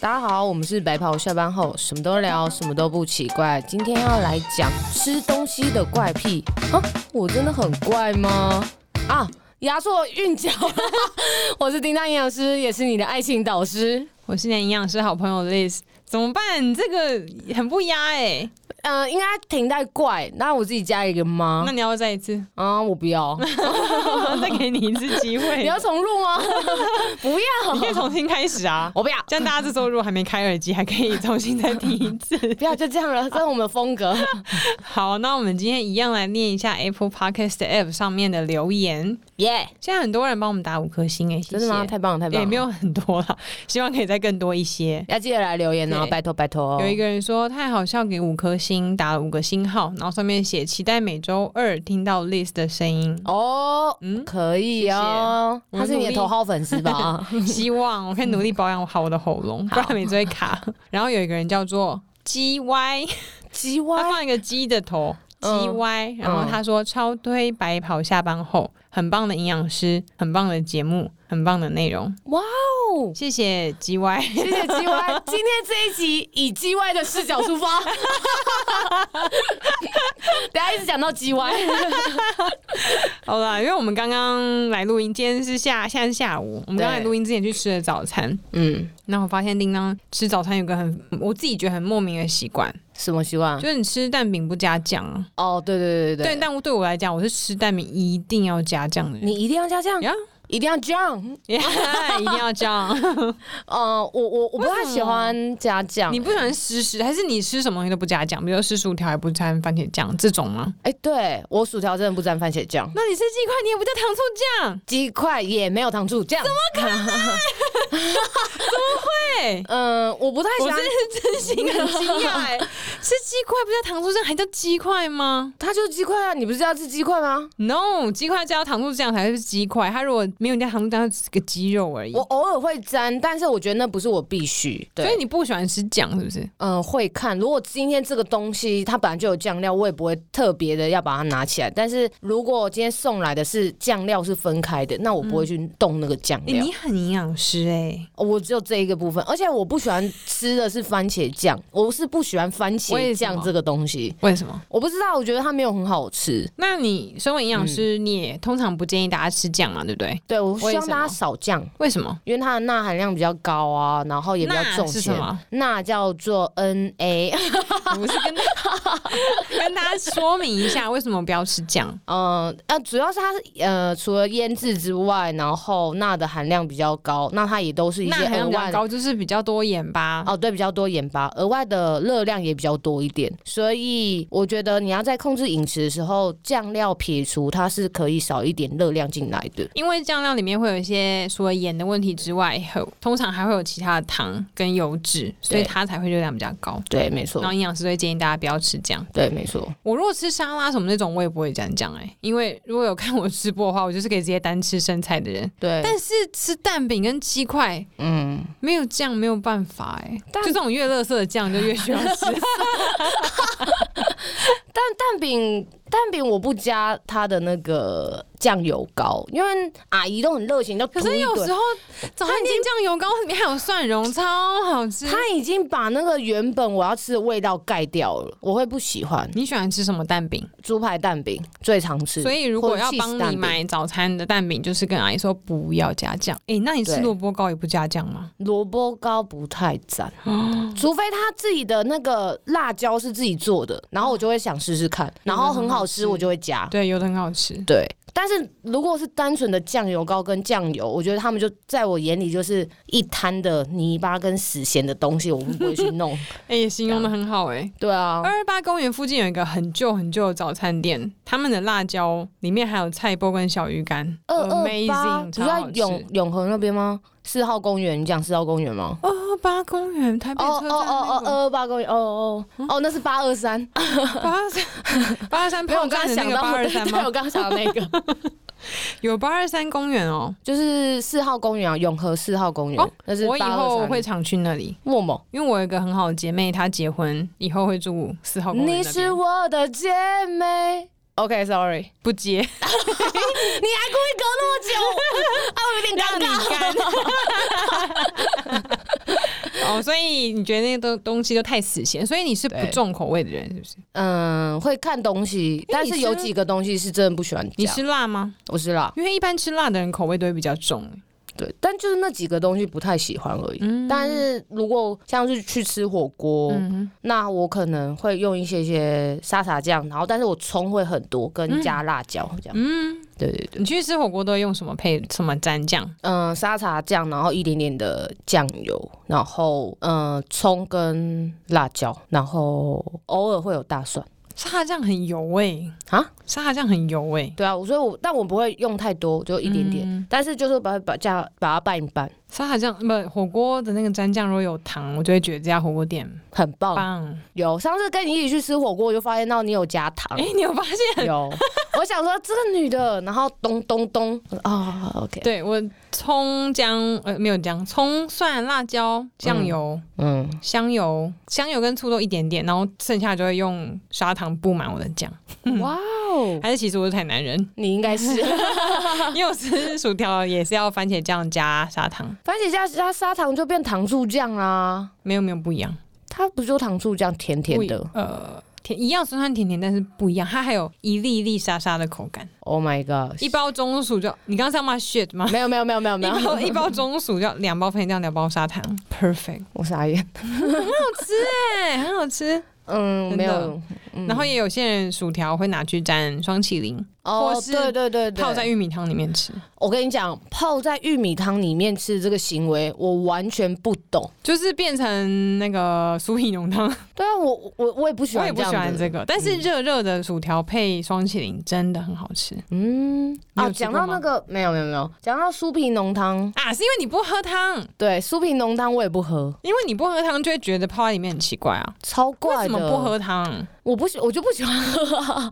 大家好，我们是白袍下班后，什么都聊，什么都不奇怪。今天要来讲吃东西的怪癖啊！我真的很怪吗？啊，压错韵脚了。 我是叮当营养师，也是你的爱情导师。我是你的营养师好朋友 Liz，怎么办？你这个很不押哎、呃，应该停在怪，那我自己加一个吗那？你要不要再一次， 啊，我不要。再给你一次机 会，你要重录吗？不你 可以要，重新开始啊。我不要，这样大家这周如果还没开耳机，还可以重新再听一次。 不要就这样了，这是我们的风 格。好，那我们今天一样来念一下 Apple Podcast App 上面的留言。耶，现在很多人帮我们打五颗星哎、谢谢真的吗？太棒了，太棒也了！没有很多了， 希望可以再更多一些。要记得来留言哦，对拜托拜托。有一个人说太好笑，给五颗星，打了五个星号，然后上面写期待每周二听到 Liz 的声音。哦，嗯，可以哦，谢谢他是你的头号粉丝吧？希望我可以努力保养好我的喉咙，不然每次会卡。 然后有一个人叫做 G Y， 鸡他歪，放一个鸡的头嗯 G Y，然后他说超推白袍下班后，很棒的营养师，很棒的节目，很棒的内容，哇哦！谢谢 G Y。谢谢鸡歪，今天这一集以鸡歪的视角出发， 等一下一直讲到鸡歪，好啦，因为我们刚刚来录音，今天是下现在是下午，我们刚刚来对录音之前去吃了早餐，嗯，然后我发现叮当吃早餐有个很我自己觉得很莫名的习惯，什么习惯就？是你吃蛋饼不加酱啊。哦，对对嗯对对，对，但对我来讲，我是吃蛋饼一定要加酱的人。你一定要加 酱，呀一定要酱。 一定要酱。呃，我我我不太喜欢加酱你，不喜欢湿食，还是你吃什么东西都不加酱？比如说吃薯条也不沾番茄酱这种吗？哎，对我薯条真的不沾番茄 酱，那你吃鸡块你也不加糖醋酱？鸡块也没有糖醋酱，怎么？对，嗯，我不太喜我欢真的 是真心很惊讶欸， 吃鸡块不加糖醋酱还叫鸡块吗它就是鸡块啊，你不是要吃鸡块吗？ ？No，鸡块加糖醋酱才是鸡块，它如果没有加糖醋酱，它只是个鸡肉而已我。偶尔会沾，但是我觉得那不是我必须。所以对，你不喜欢吃酱是不是？嗯、会看。如果今天这个东西它本来就有酱料，我也不会特别的要把它拿起来。但是如果今天送来的是酱料是分开的，那我不会去动那个酱欸料。哦你很营养师哎，我只有这一个部分，而且我不喜欢吃的是番茄酱，我是不喜欢番为茄什么酱这个东西。为什么？我不知道，我觉得它没有很好吃。那你身为营养师，你也通常不建议大家吃酱嘛，对不对？对我希为望什大家么少酱，为什么？因为它的钠含量比较高啊，然后也比较钠重是什咸么。钠叫做 NA。不是跟 跟大家说明一下为什么不要吃酱？嗯，呃，主要是它是呃，除了腌制之外，然后钠的含量比较高，那它也都是一钠些含量额比较外的高，就是比较多盐吧。哦，对，比较多盐巴，额外的热量也比较多一点，所以我觉得你要在控制饮食的时候，酱料撇除它是可以少一点热量进来的。因为酱料里面会有一些除了盐的问题之外，还有通常还会有其他的糖跟油脂，所以对它才会热量比较高。对，没然错后，营养师会建议大家不要吃酱。对，没错。我如果吃沙拉什么那种，我也不会沾酱哎、因为如果有看我吃播的话，我就是可以直接单吃生菜的人。对，但是吃蛋饼跟鸡块嗯，没有酱没有办法哎、蛋就这种越垃圾的酱就越需要吃。但蛋饼蛋饼我不加它的那个酱油膏，因为阿姨都很热情，就可涂是一有堆时候早餐店酱油膏里面还有蒜蓉，超好吃。它已经把那个原本我要吃的味道盖掉了，我会不喜欢你喜欢吃什么蛋饼？猪排蛋饼最常吃。所以如果要帮或者 cheese 你蛋饼买早餐的蛋饼，就是跟阿姨说不要加酱。诶，那你吃对萝卜糕也不加酱吗？萝卜糕不太沾，哦除非他自己的那个辣椒是自己做的，然后我就会想试试嗯看，然后很好吃我就会加。对，有的很好吃。对，但是如果是单纯的酱油膏跟酱油，我觉得他们就在我眼里就是一滩的泥巴跟死咸的东西，我们不会去 弄。诶，也形容的很好诶。对啊，二二八公园附近有一个很旧很旧的早餐店，他们的辣椒里面还有菜包跟小鱼干二二八，amazing，不是超在好吃。永永和那边吗？四号公园，你讲四号公园吗？二二八公园台北哦哦车哦站哦哦，那二二八公园，哦哦哦哦，那是八二三，个八二三八二三没有，炮我刚站刚的那想个到八二 三对，吗我？刚刚想到那 个，有八二三公园哦，就是四号公园啊，永和四号公哦园，那是我以823后会常去那里，默默，因为我有一个很好的姐妹，她结婚以后会住四号公园你那边是我的姐妹。OK，Sorry，、不接，你还故意隔那么 久，啊，我有点尴让你尬。 干。哦，哦，所以你觉得那些东东西都太死咸，所以你是不对重口味的人，是不是？嗯，会看东西，但是有几个东西是真的不喜欢你加。吃辣吗？我是啦，因为一般吃辣的人口味都会比较重。对，但就是那几个东西不太喜欢而已。嗯但是如果像是去吃火锅，嗯那我可能会用一些些沙茶酱，然后但是我葱会很多，跟加辣椒这样。嗯，对对对，你去吃火锅都会用什么配什么蘸酱？嗯、沙茶酱，然后一点点的酱油，然后嗯、呃葱跟辣椒，然后偶尔会有大蒜沙茶酱很油味、啊。沙茶酱很油欸味、对啊，我所以我但我不会用太多，就一点点，嗯但是就是把把加把它拌一拌，沙茶酱不火锅的那个蘸酱，如果有糖，我就会觉得这家火锅店很棒。棒。有上次跟你一起去吃火锅，我就发现到你有加糖。哎、你有发现？有，我想说这个女的，然后咚咚咚啊、o k 对我葱姜呃没有姜，葱蒜辣椒酱油、嗯，香油、香油跟醋都一点点，然后剩下就会用砂糖布满我的酱。哇哦，还是其实我是台南 人，你应该 是因为我吃薯条也是要番茄酱加砂糖，番茄加加砂糖就变糖醋酱啦，没有没有不一样，它不就糖醋酱甜甜的不一呃甜一样酸酸甜甜，但是不一样，它还有一粒一粒沙沙的口感。 ？Oh my god！一包中薯就你刚刚是要骂 shit 吗？没有没有没有没有 一没有，包一包中薯就两包番茄酱，两包砂糖，perfect， 我傻眼，对，欸很好吃。嗯，没真有，嗯然后也有些人薯条会拿去蘸双麒麟，哦或，是对对对泡在对，玉米汤里面吃，我跟你讲，泡在玉米汤里面吃这个行为，我完全不懂。就是变成那个酥皮浓汤。对啊，我我我也不喜 我欢也不这喜样欢子这嗯个，但是热热的薯条配双麒麟真的很好吃。嗯你啊，有吃讲过到那吗个没有没有没有，讲到酥皮浓汤，啊，是因为你不喝汤，对，酥皮浓汤我也不喝，因为你不喝汤就会觉得泡在里面很奇怪啊。超为怪什的。么不？喝汤？我不喜，我就不喜欢喝、 啊。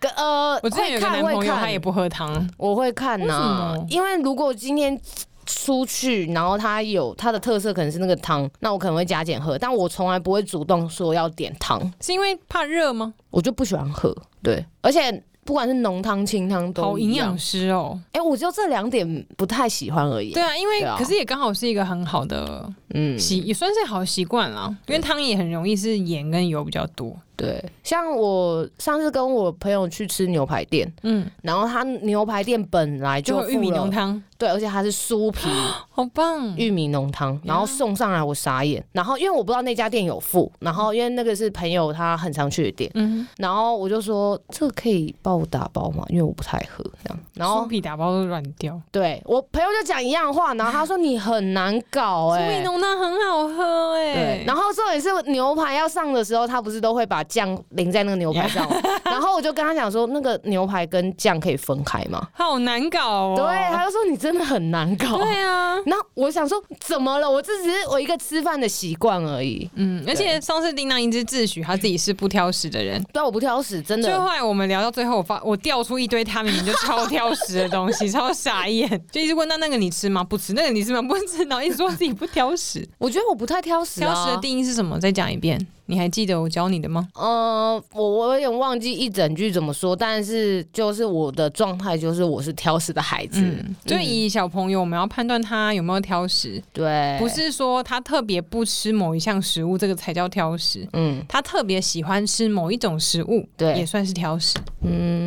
跟呃，我之前会有一个看男会朋友，看，他也不喝汤。我会看呐、为什么因为如果今天。出去，然后它有它的特色，可能是那个汤，那我可能会加减喝，但我从来不会主动说要点汤，是因为怕热吗？我就不喜欢喝。对，而且不管是浓汤、清汤都好一营样养。师哦。哎、我就这两点不太喜欢而已。对，啊，因为对啊可是也刚好是一个很好的嗯，习，也算是好习惯啦。因为汤也很容易是盐跟油比较多。对，像我上次跟我朋友去吃牛排店，嗯，然后他牛排店本来就就有玉米附了浓，汤，对，而且它是酥 皮好棒。玉米浓嗯汤，然后送上来我傻眼，然后因为我不知道那家店有附，然后因为那个是朋友他很常去的店，嗯，然后我就说这个可以帮我打包吗？因为我不太喝这样，然酥后皮打包都软掉。对我朋友就讲一样的话，然后他说你很难搞哎、酥皮浓汤很好喝哎对，。然后重点是牛排要上的时候，他不是都会把酱淋在那个牛排上 吗？然后我就跟他讲说，那个牛排跟酱可以分开吗？好难搞哦。对，他就说你真的很难搞。对啊。那我想说，怎么了？我这只是我一个吃饭的习惯而已。嗯，而且上次叮当一直自诩他自己是不挑食的人，对啊，我不挑食，真所以的。后来我们聊到最后，我发我调出一堆他明明就超挑食的东 西，超傻眼，就一直问那那个你吃吗？不吃，那个你吃吗？不吃，然后一直说自己不挑食。我觉得我不太挑食、啊。挑食的定义 是什么？再讲一遍，你还记得我教你的吗？呃，我我有点忘记一整句怎么说，但是就是我的状态就是我是挑食的孩子，嗯，就以小朋友，我们要判断他有没有挑食，对，不，是说他特别不吃某一项食物，这个才叫挑食。嗯他特别喜欢吃某一种食物，对也算是挑食。嗯，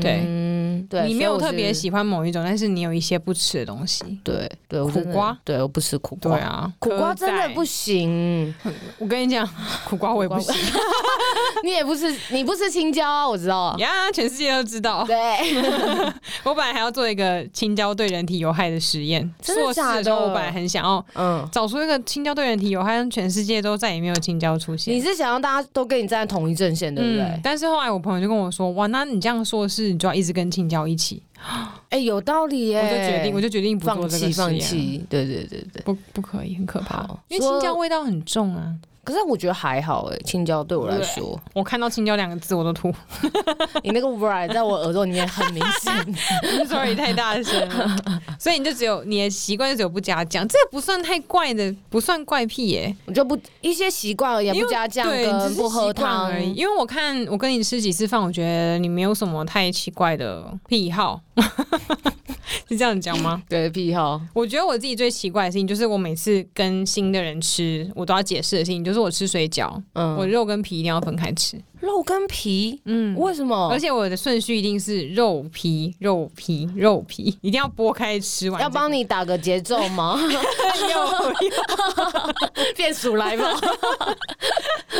对，你所没以有我特是别喜欢某一种，但是你有一些不吃的东西。对对，我苦真的瓜，对我不吃苦对瓜，啊，苦瓜蚵仔真的不 行，我跟你讲，苦瓜我也不行你也不吃，你不吃青椒啊，我知道啊。呀，全世界都知道。对，我本来还要做一个青椒对人体有害的实验，真的硕士假的时候我本来很想要嗯，找出一个青椒对人体有害，让全世界都再也没有青椒出现。你是想让大家都跟你站在同一阵线，对不对？嗯哎、但是后来我朋友就跟我说，哇，那你这样硕士你就要一直跟青椒一起，哎有道理耶、我就决定，我就决定不做放这个弃，实放验。弃。对对对对。不，不可以，很可怕好，因为说青椒味道很重啊。可是我觉得还好哎、青椒对我来说，我看到青椒两个字我都吐你那个 right 在我耳朵里面很明显。 I'm，sorry，太大声了。 所以你就只有你的习惯就只有不加酱，这个不算太怪的，不算怪癖耶、我就不一些习惯而言，因为不加酱对，只跟是不喝习惯汤而已。因为我看我跟你吃几次饭，我觉得你没有什么太奇怪的癖好。 是这样讲吗？对，癖好。我觉得我自己最奇怪的事情，就是我每次跟新的人吃，我都要解释的事情，就是我吃水饺，嗯，我肉跟皮一定要分开吃。肉跟皮，嗯，为什么？而且我的顺序一定是肉皮、肉皮、肉皮，一定要剥开吃完这要个。 帮你打个节奏吗？变数来 吗？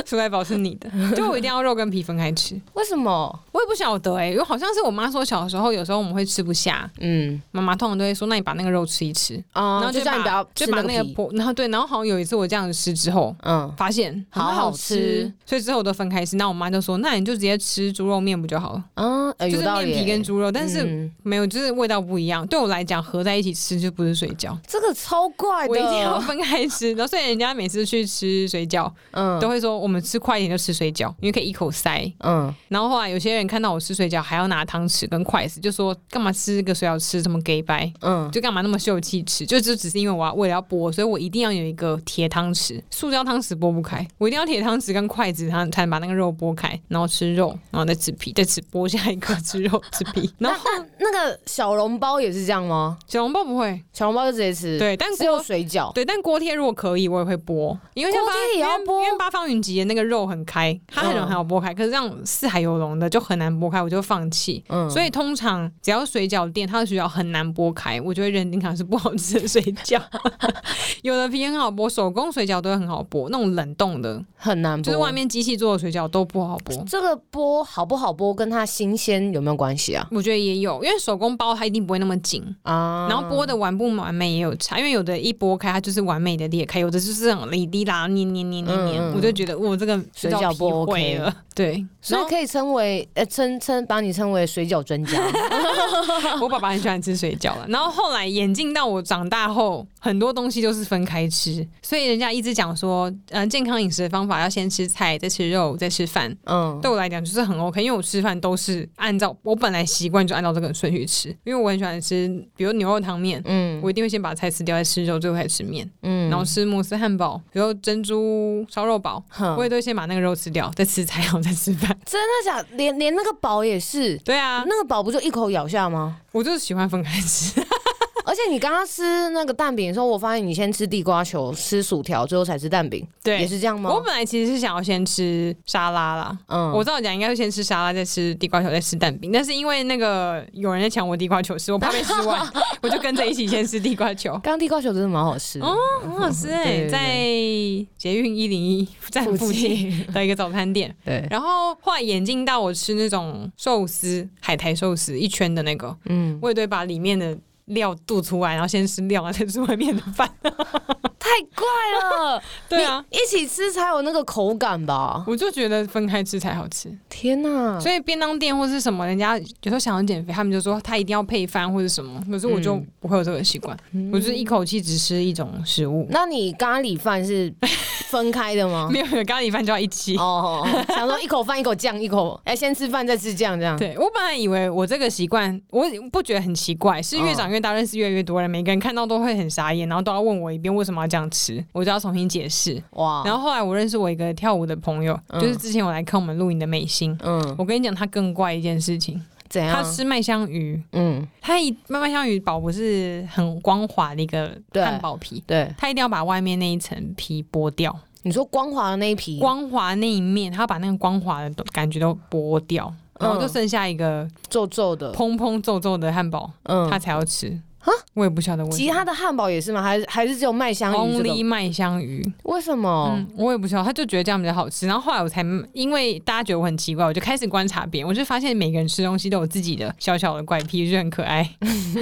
出来保是你 的，就我一定要肉跟皮分开吃。为什么？我也不晓得哎、因为好像是我妈说小时候有时候我们会吃不下，嗯妈妈通常都会说：“那你把那个肉吃一吃。”啊，然后就把算你不要就吃把那那个皮，剥，然后对，然后好像有一次我这样吃之后，嗯，发现好很好好吃，所以之后我都分开吃。那我妈就说：“那你就直接吃猪肉面不就好了？啊，呃就有是道面理皮欸。跟猪肉，但是嗯没有，就是味道不一样。对我来讲，合在一起吃就不是水饺，这个超怪我一定要的，分开吃。然后所以人家每次去吃水饺，都嗯会说我们吃快一点就吃水饺，因为可以一口塞。嗯，然后后来有些人看到我吃水饺，还要拿汤匙跟筷子，就说干嘛吃个水饺吃什么 gay 白。嗯，就干嘛那么秀气吃？就就只是因为我要为了要剥，所以我一定要有一个铁汤匙，塑胶汤匙剥不开，我一定要铁汤匙跟筷子，然后才能把那个肉剥开，然后吃肉，然后再吃皮，再吃剥下一个吃肉 吃皮。然后那个小笼包也是这样吗？小笼包不会，小笼包就直接吃，，对，但只有锅水饺，对，但锅贴如果可以，我也会剥，因为像锅八贴也要因为剥因为八方云集的那个肉很开，它很容易嗯好剥开，可是这样四海游龙的就很难剥开，我就放弃。嗯，所以通常只要水饺店，它的水饺很难剥开，我就会认定它是不好吃的水饺。 有的皮很好剥，手工水饺都会很好剥，那种冷冻的，很难剥，就是外面机器做的水饺都不好剥。这个剥好不好剥跟它新鲜有没有关系啊？我觉得也有，因为手工包它一定不会那么紧，啊，然后剥的完不完美也有差，因为有的一剥开它就是完美的裂开，有的就是这种里滴啦黏黏黏黏黏，嗯嗯我就觉得我这个水饺皮不 OK 会了，对，所然以后可以称为呃称称把你称为水饺专 家， 我爸爸很喜欢吃水饺了，然后后来演进到我长大后，很多东西都是分开吃，所以人家一直讲说，呃，健康饮食的方法要先吃菜，再吃肉，再吃饭。嗯，对我来讲就是很 OK，因为我吃饭都是按照我本来习惯就按照这个顺序吃，因为我很喜欢吃，比如牛肉汤面，嗯我一定会先把菜吃掉，再吃肉，最后才吃面，嗯，然后吃摩斯汉堡，比如珍珠烧肉堡，哼我也都会先把那个肉吃掉，再吃菜，然后再吃饭。 真的假的？连连那个宝也是，对啊，那个宝不就一口咬下 吗？我就是喜欢分开吃。 而且你刚刚吃那个蛋饼的时候，我发现你先吃地瓜球，吃薯条，最后才吃蛋饼，对，也是这样吗我？本来其实是想要先吃沙拉啦，嗯，我照讲应该会先吃沙拉，再吃地瓜球，再吃蛋饼。但是因为那个有人在抢我地瓜球吃，我怕被吃 完，我就跟着一起先吃地瓜球。刚刚地瓜球真的蛮好吃的，哦很好吃哎、对对对在捷运一零一站附附近的一个早餐店。对，然后后来眼镜到我吃那种寿司，海苔寿司一圈的那个，嗯，我也对把里面的料吐出来，然后先吃料，然后再吃外面的饭。太怪 了，对啊，一起吃才有那个口感吧？我就觉得分开吃才好吃。天哪，所以便当店或是什么，人家有时候想要减肥，他们就说他一定要配饭或者什么，可是我就嗯不会有这个习惯，我就是一口气只吃一种食物，那你咖喱饭是分开的吗？ 没有没有咖喱饭就要一起。哦，想说一口饭一口酱一口，哎，先吃饭再吃酱这样。对我本来以为我这个习惯，我不觉得很奇怪，是越嗯长越大，认识越来越多人，每个人看到都会很傻眼，然后都要问我一遍为什么要这样吃，我就要重新解释。哇，然后后来我认识我一个跳舞的朋友，嗯就是之前我来看我们录影的美心，嗯，我跟你讲，他更怪一件事情，怎他样？吃麦香鱼，嗯，它一麦麦香鱼堡不是很光滑的一个对汉堡皮，对，它一定要把外面那一层皮剥掉，你说光滑的那一皮，光滑那一面，它要把那个光滑的都感觉都剥掉，然嗯后就剩下一个皱皱的，蓬蓬皱皱的汉堡，嗯它，才要吃。我也不晓得为其什么。他的汉堡也是吗？还是还是只有麦香鱼这个 only 麦香鱼，为什么？嗯，我也不知道，他就觉得这样比较好吃。然后后来我才因为大家觉得我很奇怪，我就开始观察别人，我就发现每个人吃东西都有自己的小小的怪癖，我觉得很可 爱。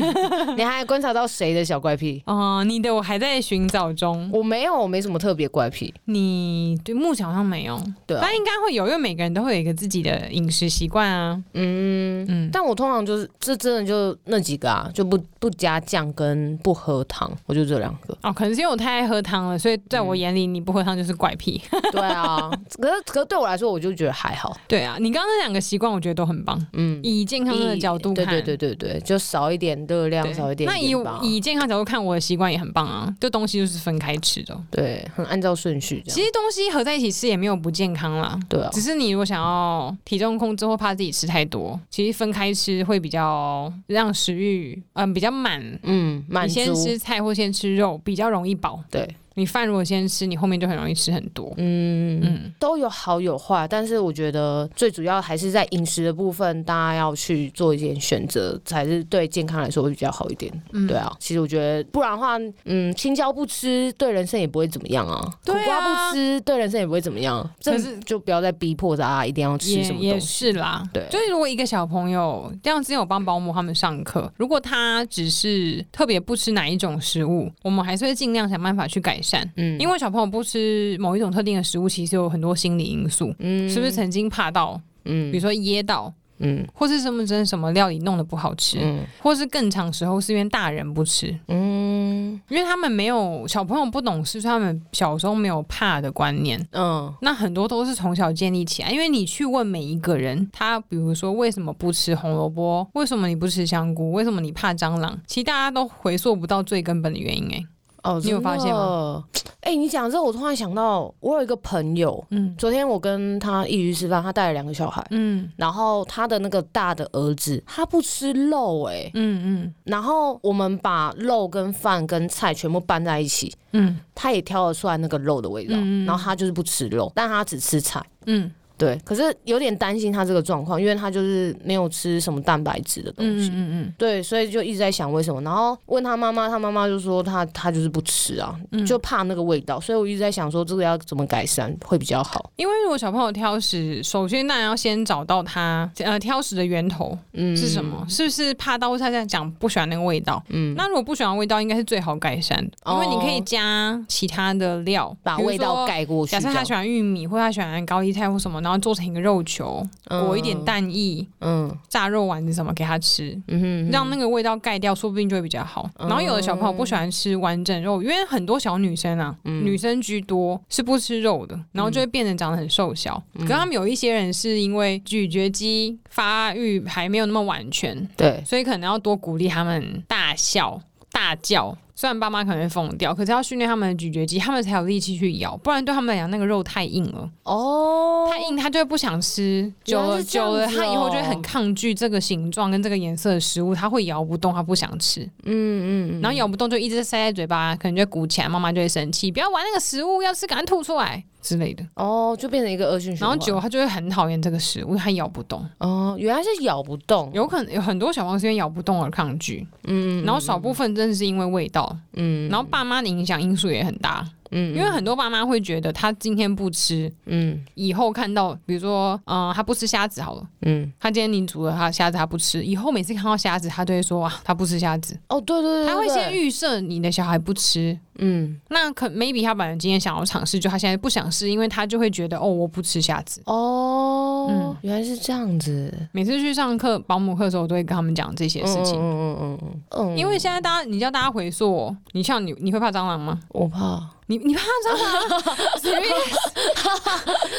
你还观察到谁的小怪癖？哦、你的我还在寻找中。我没有，我没什么特别怪癖。你对目前好像没有，对啊但应该会有，因为每个人都会有一个自己的饮食习惯啊。嗯，嗯，。但我通常就是这真的就那几个啊，就不不加加酱跟不喝汤，我就这两个 哦，可能是因为我太爱喝汤了，所以在我眼里你不喝汤就是怪癖。对啊，可是可是对我来说，我就觉得还好。 对啊，你刚刚那两个习惯我觉得都很棒。嗯，以健康的角度对看，对对对对，就少一点热量，对少一点那以盐吧以健康角度看，我的习惯也很棒啊，这东西就是分开吃的哦。对，啊很按照顺序这样。其实东西合在一起吃也没有不健康啦，对啊，只是你如果想要体重控制或怕自己吃太多，其实分开吃会比较让食欲嗯、比较满。嗯，满你先足。吃菜或先吃肉比较容易饱。对，你饭如果先吃，你后面就很容易吃很多。嗯嗯，都有好有坏，但是我觉得最主要还是在饮食的部分，大家要去做一点选择，才是对健康来说会比较好一点。嗯对啊，其实我觉得不然的话，嗯，青椒不吃对人生也不会怎么样啊，苦对啊瓜不吃对人生也不会怎么样，这可是就不要再逼迫大家一定要吃也什么也东西。是啦，对就是如果一个小朋友，像之前我帮保姆他们上课，如果他只是特别不吃哪一种食物，我们还是会尽量想办法去改善。嗯因为为小朋友不吃某一种特定的食物，其实有很多心理因素，嗯是不是曾经怕到，比如嗯说噎到，嗯或是什么真的什么料理弄得不好吃，嗯或是更长时候是因为大人不吃，嗯因为他们没有小朋友不懂事，所以他们小时候没有怕的观念。嗯那很多都是从小建立起来，因为你去问每一个人，他比如说为什么不吃红萝卜，为什么你不吃香菇，为什么你怕蟑螂，其实大家都回溯不到最根本的原因、欸。哎，哦，你有发现吗？哎、你讲这，我突然想到，我有一个朋友，嗯昨天我跟他一起去吃饭，他带了两个小孩。嗯然后他的那个大的儿子，他不吃肉哎、嗯然后我们把肉跟饭跟菜全部拌在一起，嗯嗯他也挑得出来那个肉的味道，嗯嗯然后他就是不吃肉，但他只吃菜。嗯对，可是有点担心他这个状况，因为他就是没有吃什么蛋白质的东西。嗯嗯对，所以就一直在想为什么，然后问他妈妈，他妈妈就说他他就是不吃啊，嗯，就怕那个味道，所以我一直在想说这个要怎么改善会比较好。因为如果小朋友挑食，首先那要先找到他呃挑食的源头嗯，是什么，是不是怕到他这样讲不喜欢那个味道？嗯那如果不喜欢味道，应该是最好改善的，因为你可以哦加其他的料，把比如味道说盖过去这假样？设他喜欢玉米，或他喜欢高丽菜或什么，然后做成一个肉球，裹一点蛋液、嗯，嗯炸肉丸子什么给他吃，嗯哼，让那个味道盖掉，说不定就会比较好。然后有的小朋友不喜欢吃完整肉，因为很多小女生啊，女生居多是不吃肉的，然后就会变得长得很瘦小。可他们有一些人是因为咀嚼肌发育还没有那么完全，对，所以可能要多鼓励他们大笑大叫。虽然爸妈可能会疯掉，可是要训练他们的咀嚼肌，他们才有力气去咬，不然对他们来讲那个肉太硬了，哦，太硬他就会不想吃。久原来了是这样久了，子他以后就会哦很抗拒这个形状跟这个颜色的食物，他会咬不动，他不想吃，嗯嗯嗯，然后咬不动就一直塞在嘴巴，可能就会鼓起来，妈妈就会生气，不要玩那个食物，要吃赶快吐出来之类的。哦，就变成一个恶性循然后环。久了他就会很讨厌这个食物，因为他咬不动。哦，原来是咬不动，有可能有很多小朋友是因为咬不动而抗拒，嗯，然后少部分真的是因为味道，嗯然后爸妈的影响因素也很大，嗯因为很多爸妈会觉得他今天不吃，嗯以后看到比如说，嗯、他不吃虾子好了，嗯，他今天你煮了他虾子他不吃，以后每次看到虾子他都会说啊，他不吃虾子，哦，对对对，他会对先，预设你的小孩不吃。嗯，那可 maybe 他本来今天想要尝试，就他现在不想试，因为他就会觉得哦，我不吃虾子。哦嗯，原来是这样子，每次去上课保姆课的时候，我都会跟他们讲这些事情，嗯嗯嗯嗯嗯，因为现在大家，你叫大家回溯哦，你像你，你会怕蟑螂吗？我怕， 你你怕蟑螂？随便，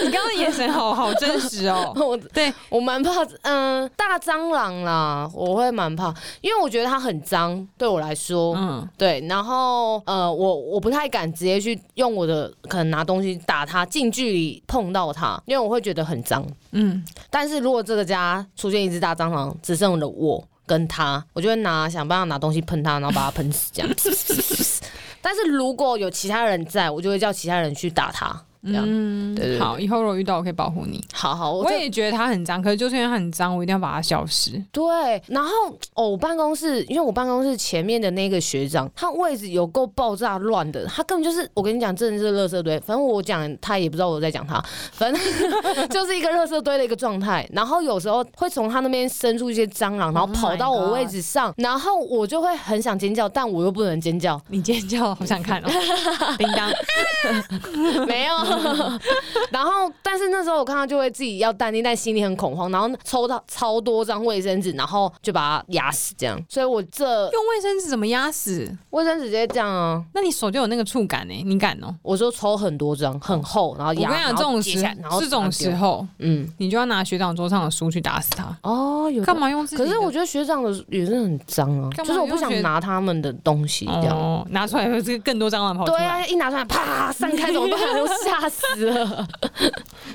你刚刚的眼神好好真实 哦。我对，我蛮怕，嗯、大蟑螂啦，我会蛮怕，因为我觉得它很脏，对我来说，嗯对，然后呃，我我不太敢直接去用我的可能拿东西打它，近距离碰到它，因为我会觉得很脏。嗯但是如果这个家出现一只大蟑螂，只剩了我跟它，我就会拿想办法拿东西喷它，然后把它喷死这样。 但是如果有其他人在，我就会叫其他人去打它。这样、嗯，对对对好，以后如果遇到，我可以保护你。好好，我我这也觉得它很脏，可是就是因为它很脏，我一定要把它消失。对，然后哦，我办公室，因为我办公室前面的那个学长，他位置有够爆炸乱的，他根本就是我跟你讲，真的是垃圾堆。反正我讲他也不知道我在讲他，反正 就是一个垃圾堆的一个状态。然后有时候会从他那边伸出一些蟑螂，然后 Oh my，跑到我位置上，然后我就会很想尖叫，但我又不能尖叫 你尖叫，好想看哦！叮当，没有， 然后，但是那时候我看到就会自己要淡定，但心里很恐慌，然后抽到超多张卫生纸，然后就把它压死这样。所以我这用卫生纸怎么压死？卫生纸直接这样啊，那你手就有那个触感呢、你敢哦、我就抽很多张，很厚，然后我跟哦压，你讲，然这后种接时下来然后这种丢时候，嗯，你就要拿学长桌上的书去打死他。哦，有干嘛用自己可的？是我觉得学长的也是很脏啊，干嘛就是我不想拿他们的东西这样。哦，拿出来会是更多蟑螂跑出对来。啊，一拿出来啪散开怎么办？我吓死了。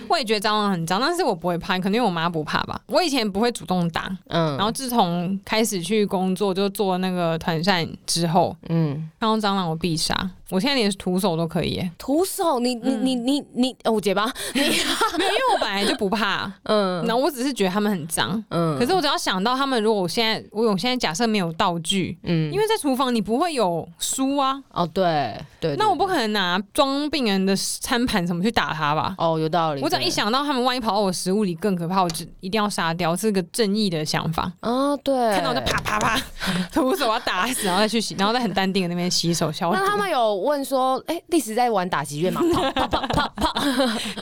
我也觉得蟑螂很脏，但是我不会怕，可能因为我妈不怕吧。我以前不会主动打，嗯，然后自从开始去工作，就做那个团扇之后，嗯，看到蟑螂我必杀。我现在连徒手都可以 耶，徒手，你你你你你，哦我结巴，没有，因为我本来就不怕，嗯然后我只是觉得他们很脏。嗯，可是我只要想到他们，如果我现在我有现在假设没有道具，嗯因为在厨房你不会有书啊，哦对对，那我对不可能拿装病人的餐盘什么去打他吧？哦有道理，我只要一对想到他们万一跑到我食物里更可怕，我就一定要杀掉，是个正义的想法。啊对，看到我就啪啪啪， 徒手把他打死，然后 再去洗，然后再很淡定的那边洗手消毒那，他们有问说，哎，历史在玩打击乐 吗？啪啪啪啪啪，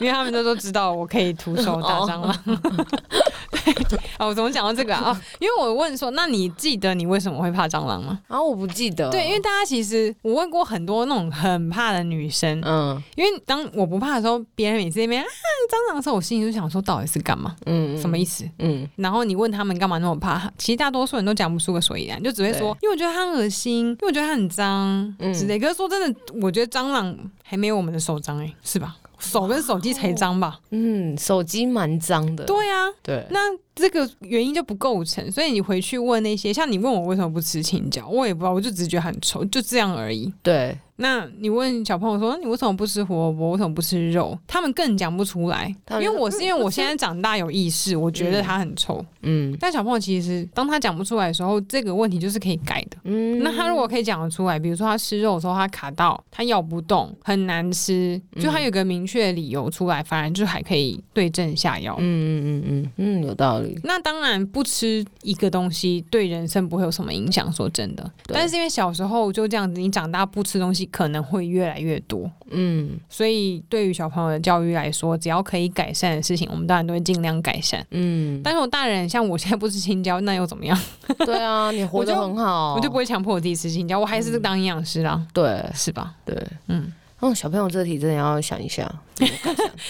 因为他们都都知道我可以 徒手打蟑螂。 对，哦，我怎么讲到这个啊？哦因为我问说，那你记得你为什么会怕蟑螂吗？然后我不记得，对，因为大家其实我问过很多那种很怕的女生，嗯因为当我不怕的时候，别人每次在那边啊蟑螂的时候，我心里就想说到底是干嘛？嗯什么意思？嗯然后你问他们干嘛那么怕，其实大多数人都讲不出个所以然，就只会说，因为我觉得它很恶心，因为我觉得它很脏嗯之类。可是说真的，我觉得蟑螂还没有我们的手脏哎、是吧？手跟手机才脏吧？嗯，手机蛮脏的，对啊，对，那这个原因就不构成，所以你回去问那些，像你问我为什么不吃青椒，我也不知道，我就只是觉得很臭，就这样而已。对，那你问小朋友说你为什么不吃胡萝卜，为什么不吃肉？他们更讲不出来，他因们为就我是因为我现在长大有意识，我觉得它很臭，嗯但小朋友其实当他讲不出来的时候，这个问题就是可以改的。嗯，那他如果可以讲得出来，比如说他吃肉的时候他卡到，他咬不动，很难吃，就嗯他有个明确的理由出来，反而就还可以对症下药。嗯嗯嗯嗯嗯，有道理。那当然，不吃一个东西对人生不会有什么影响，说真的。对但是因为小时候就这样子，你长大不吃东西可能会越来越多，嗯所以对于小朋友的教育来说，只要可以改善的事情，我们当然都会尽量改善。嗯，但是我大人像我现在不吃青椒，那又怎么样？对啊，你活得我就很好，我就不会强迫我自己吃青椒，我还是当营养师啦，对是吧？ 对，嗯嗯。哦，小朋友这题真的要想一下。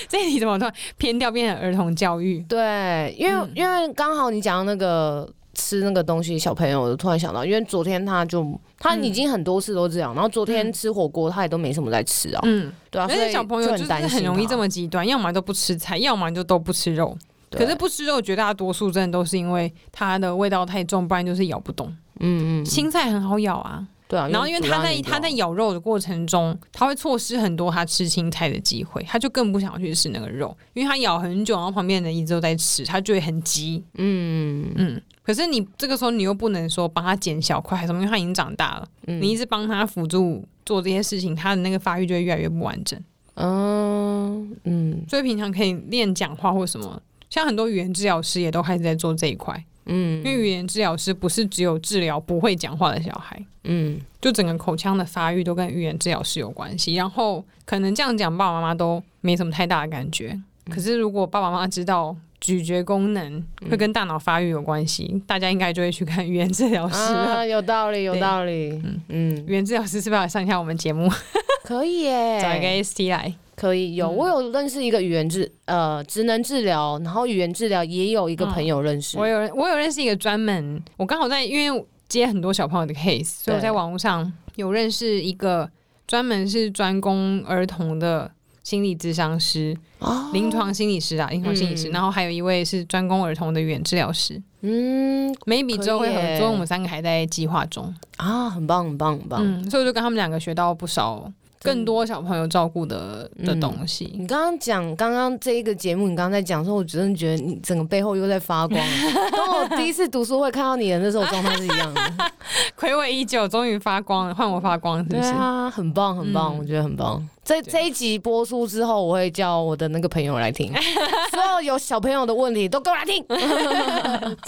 这一题怎么突然偏掉变成儿童教育？对，因为、因为刚好你讲到那个吃那个东西，小朋友，我就突然想到，因为昨天他就他已经很多次都这样，然后昨天吃火锅他也都没什么在吃啊，嗯，对啊，而所且以小朋友就就是担心啊很容易这么，么极端，要么就不吃菜，要么就都不吃肉。对啊可是不吃肉，绝大多数真的都是因为它的味道太重，不然就是咬不动。嗯嗯，青菜很好咬啊，对啊，然后因为煮它烂在也不它在好咬肉的过程中，它会错失很多它吃青菜的机会，它就更不想去吃那个肉，因为它咬很久，然后旁边的人一直都在吃，它就会很急。嗯嗯，可是你这个时候你又不能说帮它剪小块还是什么，因为它已经长大了，嗯你一直帮它辅助做这些事情，它的那个发育就会越来越不完整。嗯嗯所以平常可以练讲话或什么，像很多语言治疗师也都开始在做这一块。因为嗯语言治疗师不是只有治疗不会讲话的小孩，嗯就整个口腔的发育都跟语言治疗师有关系。然后可能这样讲，爸爸妈妈都没什么太大的感觉。嗯可是如果爸爸妈妈知道咀嚼功能会跟大脑发育有关系，大家应该就会去看语言治疗师了。啊，有道理，有对道理，嗯嗯，语言治疗师是不是要上一下我们节目，可以耶，找一个嗯 ST 来？可以有，我有认识一个语言治呃职能治疗，然后语言治疗也有一个朋友认识，嗯我有人我有认识一个专门，我刚好在因为接很多小朋友的 case，所以我在网络上有认识一个专门是专攻儿童的心理咨商师、啊临床心理师啊，临床心理师，嗯然后还有一位是专攻儿童的语言治疗师。嗯 maybe 可以之后会合耶作，我们三个还在计划中。啊，很棒很棒很棒。嗯，所以我就跟他们两个学到不少真嗯更多小朋友照顾的的东西。 你刚刚讲刚刚这一个节目，你刚刚在讲说，我真的觉得你整个背后又在发 光了，跟我第一次读书会看到你的那时候状态是一样 的。暌违已久，终于发光了，换我发光了，是对不是？啊，很棒很棒，嗯我觉得很棒。这对这一集播出之后，我会叫我的那个朋友来 听，所有有小朋友的问题都给我来听。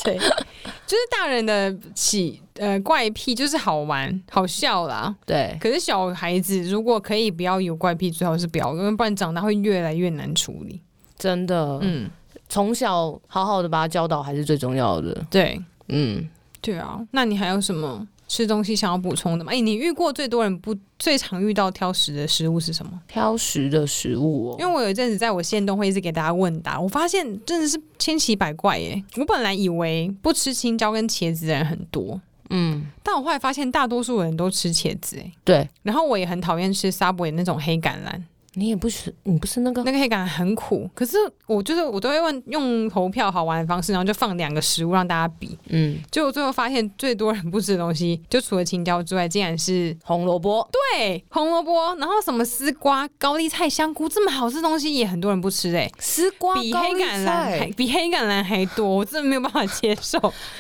对，就是大人的起呃怪癖就是好玩好笑啦。对，可是小孩子如果可以不要有怪癖，最好是不要，因为不然长大会越来越难处理。真的，嗯，从小好好的把他教导还是最重要的。对嗯，对啊。那你还有什么吃东西想要补充的吗？哎、你遇过最多人不最常遇到挑食的食物是什么？挑食的食物、因哦，为我有一阵子在我线动会一直给大家问答，我发现真的是千奇百怪耶。我本来以为不吃青椒跟茄子的人很多，嗯，但我后来发现大多数人都吃茄子哎。对然后我也很讨厌吃 Subway 那种黑橄榄，你也不是，你不是那个，那个黑橄榄很苦。可是我就是我都会问用投票好玩的方式，然后就放两个食物让大家比。嗯，结果最后发现最多人不吃的东西，就除了青椒之外，竟然是红萝卜，对红萝卜，然后什么丝瓜、高丽菜、香菇这么好吃的东西也很多人不吃哎、丝瓜比黑高丽橄榄还菜，比黑橄榄还多，我真的没有办法接 受。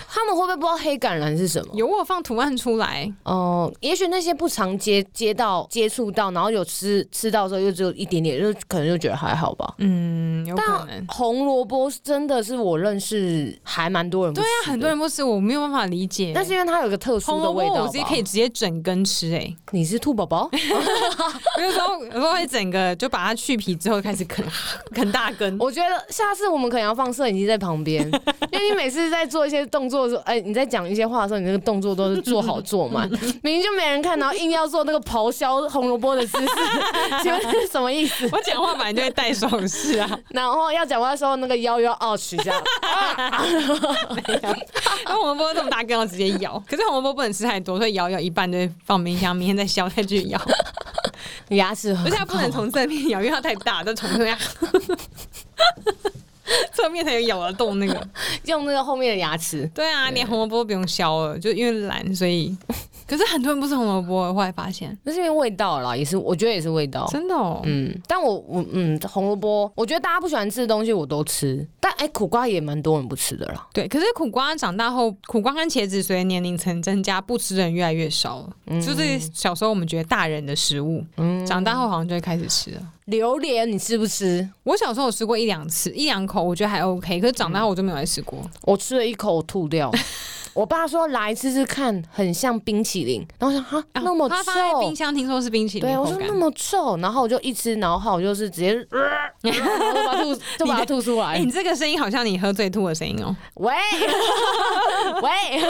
他们会不会不知道黑橄榄是什么？有我有放图案出来，哦、也许那些不常接接到接触到，然后有吃吃到的时候又只有一点点，就可能就觉得还好吧。嗯，有可能但。红萝卜是真的是我认识还蛮多人不对吃啊，很多人，人不吃，我没有办法理解。但是因为它有一个特殊红的萝味卜道我吧直接可以直接整根吃哎、欸，你是兔宝宝？我有时候有时候会整个就把它去皮之后开始啃 啃大根。我觉得下次我们可能要放摄影机在旁 边，因为你每次在做一些动作的时候，哎、你在讲一些话的时候，你那个动作都是做好做 满，明明就没人看，然后硬要做那个咆哮红萝卜的姿势，请问是什么意 思？我讲话本来就会戴手饰 啊，然后要讲话的时候，那个腰要 out 这样，然后红萝卜这么大根，我直接咬。可是红萝卜不能吃太多，所以咬咬一半就会放冰箱，明天再削再去咬。你牙齿 很而且它不能从正面咬，因为它太大，就从侧面， 侧面才有咬得动那个。用那个后面的牙齿，对啊，连红萝卜都不用削了，就因为懒，所以。可是很多人不吃红萝卜，后来发现那是因为味道啦，也是我觉得也是味道。真的哦、嗯，但我我嗯，红萝卜，我觉得大家不喜欢吃的东西我都吃，但哎、苦瓜也蛮多人不吃的啦。对。可是苦瓜长大后，苦瓜跟茄子随着年龄层增加，不吃的人越来越少了。就是小时候我们觉得大人的食物，嗯长大后好像就会开始吃了。榴莲你吃不吃？我小时候有吃过一两次，一两口我觉得还 OK，可是长大后我就没有再吃过。我吃了一口我吐 掉。我爸说来吃吃看，很像冰淇淋。然后我想哈啊那么它放在冰臭，箱，听说是冰淇淋对的口我说感。那么臭，然后我就一吃，然后后来我就是直 接，呃然后就把它吐，就把它吐出哎、来你。这个声音好像你喝醉吐的声音哦，喂喂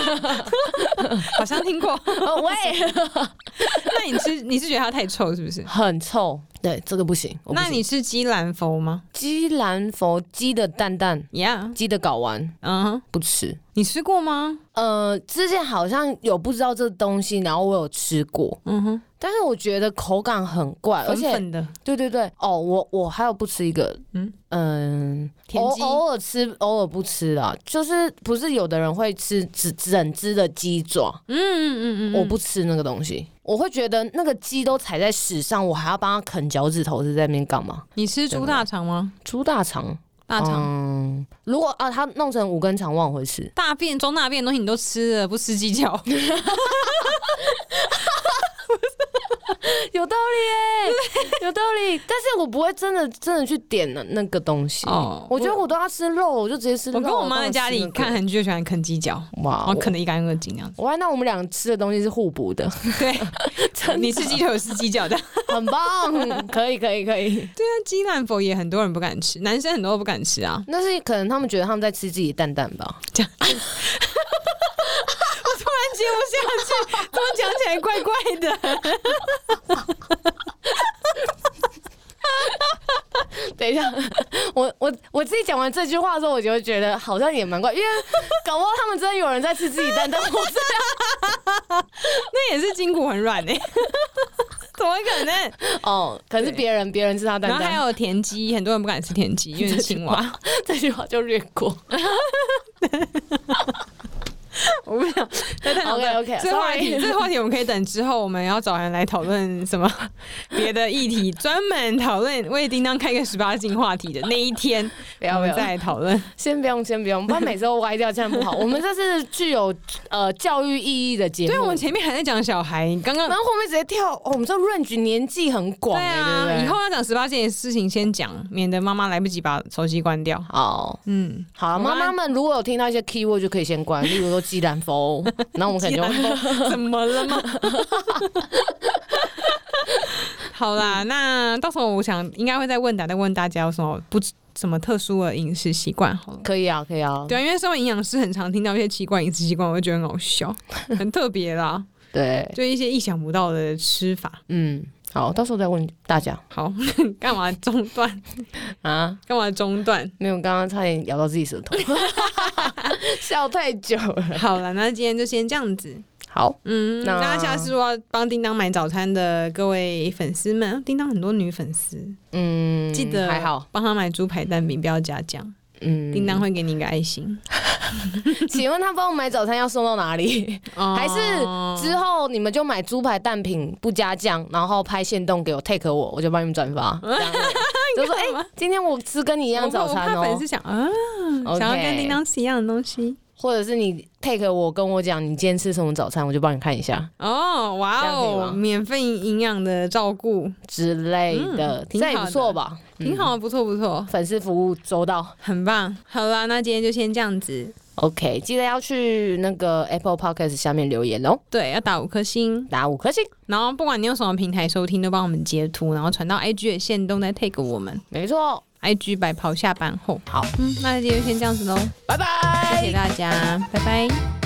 好像听过。 呃喂，那你吃你是觉得它太臭是不是？很臭。对，这个不行。我不那行你吃鸡兰佛吗？鸡兰佛鸡的蛋蛋、呀、鸡的睾丸嗯哼，不吃。你吃过吗？呃，之前好像有不知道这东西，然后我有吃过，嗯哼，但是我觉得口感很怪，而粉且粉的，对对对，哦，我我还有不吃一个，嗯嗯嗯，田偶鸡偶尔吃，偶尔不吃啦，就是不是有的人会吃只整只的鸡爪，嗯嗯嗯嗯，我不吃那个东西，我会觉得那个鸡都踩在屎上，我还要帮它啃脚趾头，是在那边干嘛？你吃猪大肠吗？猪大肠，大肠、嗯，如果啊，它弄成五根肠，忘了回 吃。大便、中大便的东西你都吃了，不吃鸡脚？有道理 耶，有道理。但是我不会真的真的去点那那个东西。哦我觉得我都要吃肉，我就直接吃肉。我跟我妈在干嘛家吃哦里那个看韩剧，就喜欢啃鸡脚，哇然后啃得一干二净那样子。我看到我们俩吃的东西是互补的，对，你吃鸡腿，我吃鸡脚的。 很棒，可以可以可以。但鸡兰佛也很多人不敢吃，男生很多都不敢吃啊。那是可能他们觉得他们在吃自己的蛋蛋吧？接不下 去，怎么讲起来怪怪的？等一下，我我我自己讲完这句话的时候，我就会觉得好像也蛮怪，因为搞不好他们真的有人在吃自己蛋蛋。我真那也是筋骨很软哎、怎么可能？的 哦，可能是别人别人吃他蛋然后还蛋，有田鸡，很多人不敢吃田鸡，因为是青蛙。 这句话就略 过。我不想再探讨这 OK，OK，这个话题， sorry 这个话题我们可以等之后，我们要找人来讨论什么 别的议题，专门讨论为叮当开个十八禁话题的那一 天，不要我不们要再，来讨论。先不用先不用，不然每次都歪掉，这样不好。我们这是具有呃教育意义的节目， 对，我们前面还在讲小孩，你刚 刚然后后面直接跳，哦，我们这 range 年纪很广、对欸，啊，对不对？以后要讲十八禁的事情先讲，免得妈妈来不及把手机关掉。好。嗯，好，我妈刚 妈们如果有听到一些 keyword 就可以先关，例如说鸡蛋风，那我们肯定会怎么了吗？ 好啦，那到时候我想应该会再问答，再问大家有什么不什么特殊的饮食习惯好了。可以啊，可以啊，对啊，因为身为营养师，很常听到一些奇怪饮食习惯，我会觉得很 好笑，很特别啦，对，就一些意想不到的吃法。嗯，好，到时候再问大家好， 干嘛中断？ 啊。干嘛中断？没有，刚刚差点咬到自己舌头， 笑太久了。好了，那今天就先这样子。好，嗯，那那下次我要帮叮当买早餐的各位粉丝们，叮当很多女粉丝，嗯，记得还好，帮他买猪排蛋饼，不要加酱，嗯，叮当会给你一个爱心。请问他帮我买早餐要送到哪里？还是哦 之后你们就买猪排蛋饼不加酱，然后拍现动给我 take 我，我就帮你们转发。这样子 就说哎、干嘛今天我吃跟你一一样早餐哦、粉丝想啊，想要跟 OK 叮当吃一样的东西。或者是你 take 我跟我讲你今天吃什么早餐，我就帮你看一下哦，哇这样可以哦，吗免费营养的照顾，之类的，嗯这挺样也好不的错吧？嗯挺好，啊不错不错，粉丝服务周到。很棒。好啦，那今天就先这样子， OK，记得要去那个 Apple Podcast 下面留言哦，对，要打五颗星，打五颗星，然后不管你用什么平台收听，都帮我们截图，然后传到 IG 的线动，再 take 我们。没错。 IG 白袍下班后，好，嗯，那今天就先这样子喽，拜拜，谢谢大家，拜拜。